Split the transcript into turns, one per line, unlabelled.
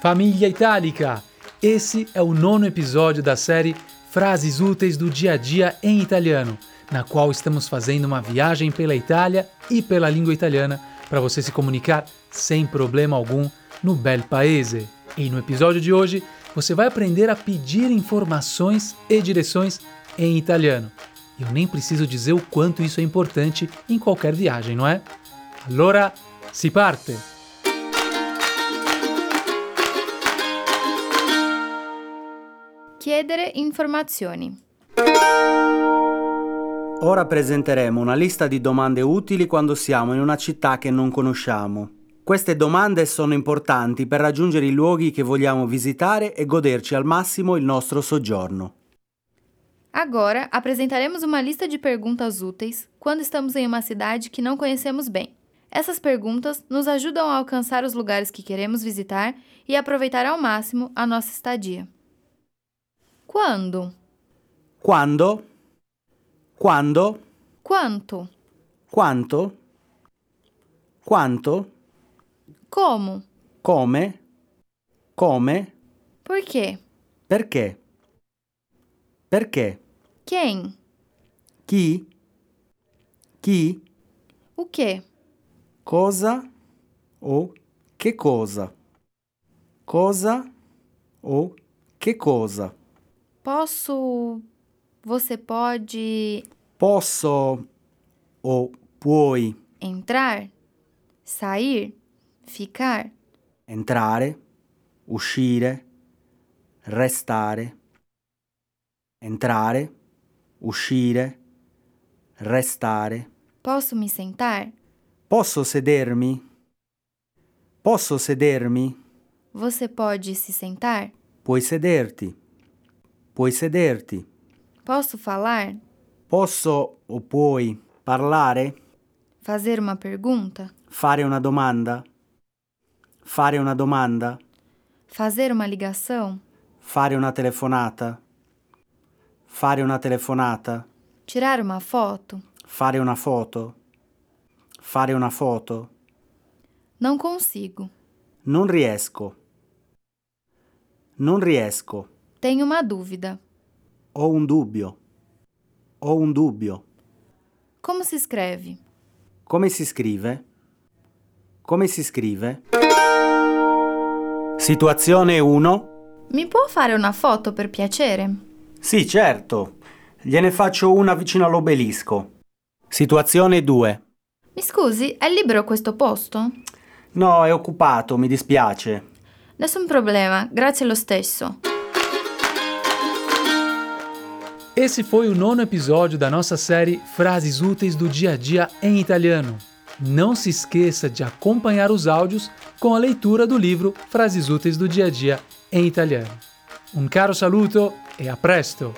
Famiglia Itálica! Esse é o nono episódio da série Frases Úteis do Dia a Dia em Italiano, na qual estamos fazendo uma viagem pela Itália e pela língua italiana para você se comunicar sem problema algum no bel paese. E no episódio de hoje, você vai aprender a pedir informações e direções em italiano. Eu nem preciso dizer o quanto isso é importante em qualquer viagem, não é? Allora, si parte!
Chiedere informazioni.
Ora presenteremo una lista di domande utili quando siamo in una città che non conosciamo. Queste domande sono importanti per raggiungere i luoghi che vogliamo visitare e goderci al massimo il nostro soggiorno.
Agora apresentaremos uma lista de perguntas úteis quando estamos em uma cidade que não conhecemos bem. Essas perguntas nos ajudam a alcançar os lugares que queremos visitar e aproveitar ao máximo a nossa estadia. Quando?
Quando? Quando?
Quanto?
Quanto? Quanto?
Como?
Come? Come?
Por quê?
Perché? Perché?
Quem?
Chi? Chi?
O que?
Cosa o che cosa? Cosa o che cosa?
Posso. Você pode
Posso o puoi
entrar, sair, ficar,
entrare, uscire, restare. Entrare, uscire, restare.
posso me sentar,
Posso sedermi? Posso sedermi?
você pode se sentar,
Puoi sederti. Puoi sederti.
posso falar,
Posso o puoi parlare?
fazer uma pergunta,
Fare una domanda? Fare una domanda?
fazer uma ligação,
Fare una telefonata? Fare una telefonata?
tirar uma foto,
Fare una foto? Fare una foto?
não consigo,
Non riesco. Non riesco.
tenho uma dúvida.
Ho un dubbio. Ho un dubbio.
Como se escreve?
Come si scrive? Come si scrive? Situazione 1.
Mi può fare una foto per piacere?
Sì, certo. Gliene faccio una vicino all'obelisco. Situazione 2.
Mi scusi, è libero questo posto?
No, è occupato, mi dispiace.
Nessun problema, grazie lo stesso.
Esse foi o nono episódio da nossa série Frases Úteis do Dia a Dia em Italiano. Não se esqueça de acompanhar os áudios com a leitura do livro Frases Úteis do Dia a Dia em Italiano. Um caro saluto e a presto!